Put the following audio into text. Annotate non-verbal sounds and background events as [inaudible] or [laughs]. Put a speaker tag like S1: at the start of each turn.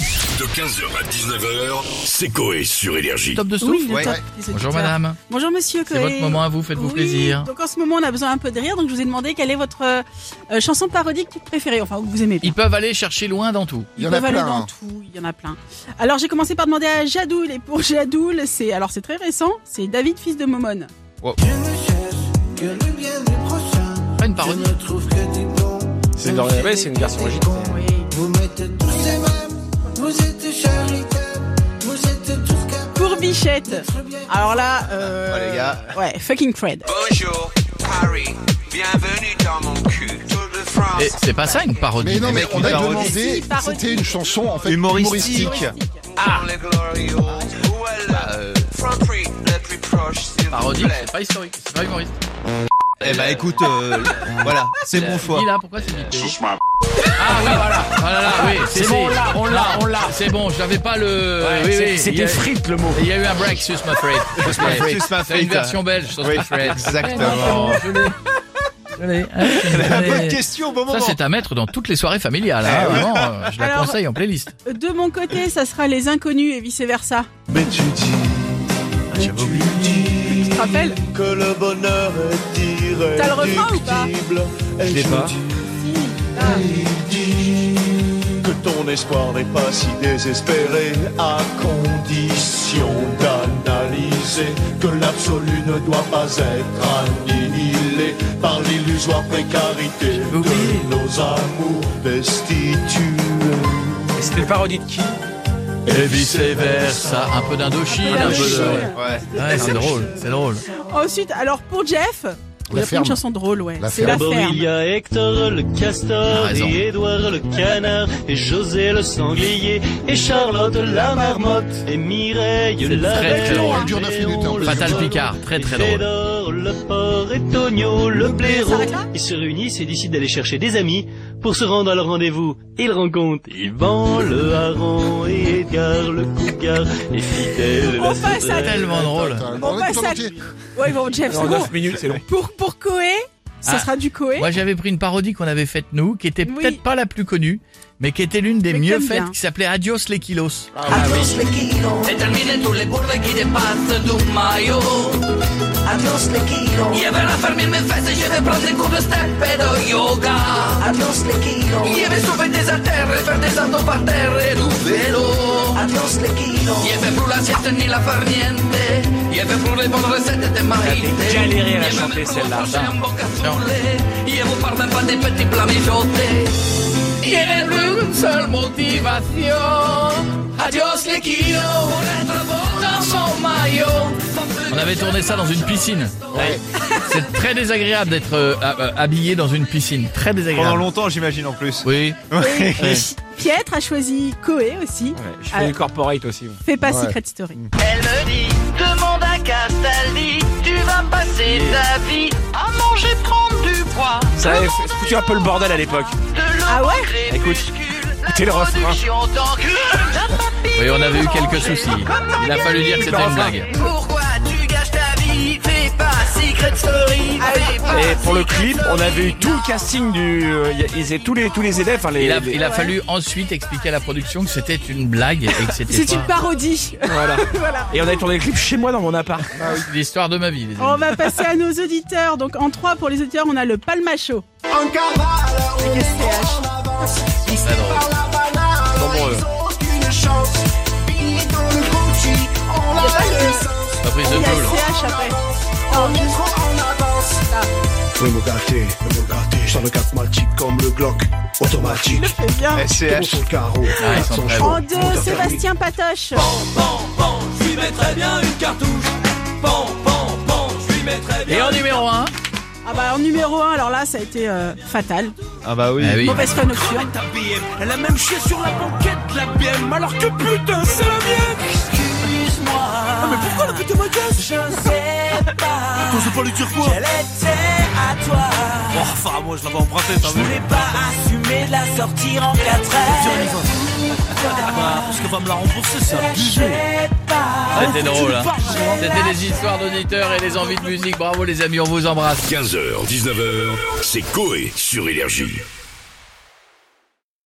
S1: De 15h à 19h, c'est Coé sur Énergie.
S2: Top de
S3: Oui,
S2: souffle
S3: le
S4: ouais.
S3: top
S4: Ouais.
S3: des
S2: Bonjour
S3: auditeurs.
S2: madame,
S3: Bonjour monsieur.
S2: c'est votre moment à vous, faites-vous plaisir.
S3: Donc en ce moment, on a besoin un peu de rire. Donc je vous ai demandé quelle est votre euh, euh, chanson parodique préférée, enfin, ou que vous aimez. bien.
S2: Ils peuvent aller chercher loin dans tout.
S4: Il y
S3: Ils
S4: en a
S3: peuvent aller
S4: plein,
S3: dans
S4: hein.
S3: tout, il y en a plein. Alors j'ai commencé par demander à Jadoul et pour Jadoul, c'est alors c'est très récent, c'est David fils de Momone.
S2: Pas une parodie.
S5: C'est dans la... Ouais, c'est une version originale.
S3: Oui. Pour Bichette. Alors là, euh,
S4: Ah, les gars.
S3: ouais, fucking Fred.
S6: Bonjour, Paris. Bienvenue dans mon cul. Tour de France.
S2: Et c'est pas ça une parodie.
S4: Mais non, mais on a
S5: parodie.
S4: demandé,
S3: Si, parodie.
S4: c'était une chanson en fait
S5: Humoristique.
S4: humoristique.
S2: ah.
S6: Dans les glorieux. Où est la Franprix, le plus proche, s'il vous
S2: euh. Parodie,
S6: plaît.
S2: c'est pas historique, c'est pas humoriste.
S5: Eh bah écoute, euh, voilà, c'est mon choix.
S2: Il a, pourquoi c'est bipé Ah oui, voilà, voilà, là, oui, c'est bon, on l'a, on l'a, on l'a. C'est bon, j'avais pas le. oui, oui, il y a-
S7: C'était frite le mot.
S2: Il y a eu un break, sus ma euh, friend. [laughs] Sus
S5: my friend. Sus my
S2: C'est une
S5: friend.
S2: version belge, sus
S5: Oui,
S2: my friend.
S5: exactement.
S2: Je l'ai. Je l'ai. Ah, je l'ai.
S5: La bonne question au bon
S2: Ça,
S5: moment.
S2: c'est à mettre dans toutes les soirées familiales. hein. Vraiment, euh, je la
S3: Alors-
S2: conseille en playlist.
S3: De mon côté, ça sera les inconnus et vice versa.
S5: Mais tu dis, j'avais oublié.
S3: Tu te rappelles
S8: que le bonheur est
S3: T'as le refrain ou pas
S8: irréductible. Et
S5: Je l'ai
S8: je
S5: pas.
S3: Si, ah.
S8: dis que ton espoir n'est pas si désespéré à condition d'analyser que l'absolu ne doit pas être annihilé par l'illusoire précarité
S2: oublié.
S8: de nos amours destitués.
S7: Et C'était une parodie de qui
S2: Et vice versa. Un peu d'Indochine, un peu de.
S5: Ouais.
S2: Ouais, c'est drôle, c'est drôle.
S3: Ensuite, alors pour Jeff, il a pris
S4: ferme.
S3: une chanson drôle, ouais.
S4: La
S3: C'est la ferme.
S9: Bah Il y a Hector le
S2: T'as
S9: castor,
S2: raison.
S9: et Édouard le canard, et José le sanglier, et Charlotte la marmotte, et Mireille
S2: C'est
S9: la
S2: très, très
S9: belle,
S2: drôle.
S4: Elle dure neuf minutes, hein.
S9: le
S2: Fatal
S9: veau,
S2: Picard, très,
S9: et
S2: très drôle.
S9: Fédor, le porc, et Tonio le blaireau.
S3: s'arrête là
S9: Ils se réunissent et décident d'aller chercher des amis pour se rendre à leur rendez-vous. Ils rencontrent Yvan le haron, et Edgar le cougar, et Fidèle la
S3: Enfin, ça
S9: sauterelle.
S2: Tellement drôle.
S4: Attends,
S3: Bon,
S4: on
S3: bah,
S4: est tout
S3: ça-
S4: entier.
S3: Ouais, bon, Jeff, c'est
S7: En
S3: bon.
S7: 9 minutes, c'est long.
S3: Pour, pour Coé, ça
S2: Ah.
S3: sera du Coé.
S2: Moi, j'avais pris une parodie qu'on avait faite nous, qui était
S3: Oui.
S2: peut-être pas la plus connue, mais qui était l'une des
S3: Mais que
S2: mieux
S3: t'aimes
S2: faites,
S3: bien.
S2: qui s'appelait Adios les kilos.
S10: Adiós le quiero.
S6: Determine tous les bourbes qui dépassent du maillot.
S10: Adiós le quiero.
S6: Je vais raffermir mes fesses et je vais prendre des cours de step et de yoga.
S10: Adiós le quiero.
S6: Je vais sauver des haltères et faire des saltos par terre et du vélo.
S10: Adiós le quiero.
S6: Je vais plus la sieste ni la farniente. Je vais plus les bonnes recettes de Maïté.
S7: galéré à la
S6: Je vais
S7: chanter,
S6: plus
S7: celle-là.
S6: rechercher un boca saoulé. Je vous parle même pas des petits plats mijotés. Il est plus une seule motivation. Adios les kilos. Pour être beau dans son maillot.
S2: On avait tourné ça dans une piscine. C'est très désagréable d'être euh, ha- euh, habillé dans une piscine. Très
S5: Pendant
S2: désagréable.
S5: longtemps, j'imagine en plus.
S2: Oui.
S5: Ouais.
S3: Et Pietre a choisi Coé aussi.
S7: Ouais, je
S3: Ah.
S7: fais du corporate aussi. moi.
S3: Fais pas
S4: Ouais.
S3: Secret Story.
S6: Elle me dit, demande à Castaldi, tu vas passer ta vie à manger, prendre du poids,
S7: Ça avait fait- foutu un peu le bordel à l'époque.
S6: de l'eau
S3: Ah ouais
S7: Écoute, écoutez le refrain.
S6: production d'enculé, la papille
S2: Oui, on avait eu quelques
S6: manger.
S2: soucis. Il a fallu dire que c'était une blague.
S6: Pourquoi tu gâches ta vie Fais pas Secret Story, fais pas
S7: Et pour le
S6: Secret
S7: clip, on avait eu
S6: Story.
S7: tout le casting du. euh, y a- ils étaient tous les tous les élèves. Enfin, les,
S2: Il a,
S7: les-
S2: il a fallu ensuite expliquer à la production que c'était une blague et que c'était
S3: C'est une
S2: pas
S3: parodie.
S7: Voilà. Et on avait tourné le clip chez moi dans mon appart.
S2: l'histoire de ma vie. les amis.
S3: On va passer à nos auditeurs. Donc en trois pour les auditeurs, on a le Palmacho. STH.
S2: Très drôle. euh.
S7: Nombreux.
S3: Il y a pas que-
S2: La prise de
S3: il y a
S2: Paul.
S3: STH après. Alors,
S8: Oui, me gâter, me gâter. J'en regarde maltique comme le Glock automatique.
S3: c'est bien.
S8: Bon
S5: SCH.
S8: sur le
S2: Ah,
S8: carreau.
S2: ils sont
S8: Sans
S2: très
S8: choix.
S3: En deux, Sébastien Patoche.
S2: Et en numéro 1
S3: Ah bah en numéro un, alors là, ça a été euh, fatal.
S5: Ah bah oui.
S2: Eh oui.
S3: Mauvaise foi nocturne.
S7: Elle a même chié sur la banquette la BM alors que putain c'est la mienne.
S2: C'était drôle. hein. C'était les histoires d'auditeurs et les envies de musique. Bravo les amis, on vous embrasse.
S1: 15h, 19h, c'est Coé sur Énergie.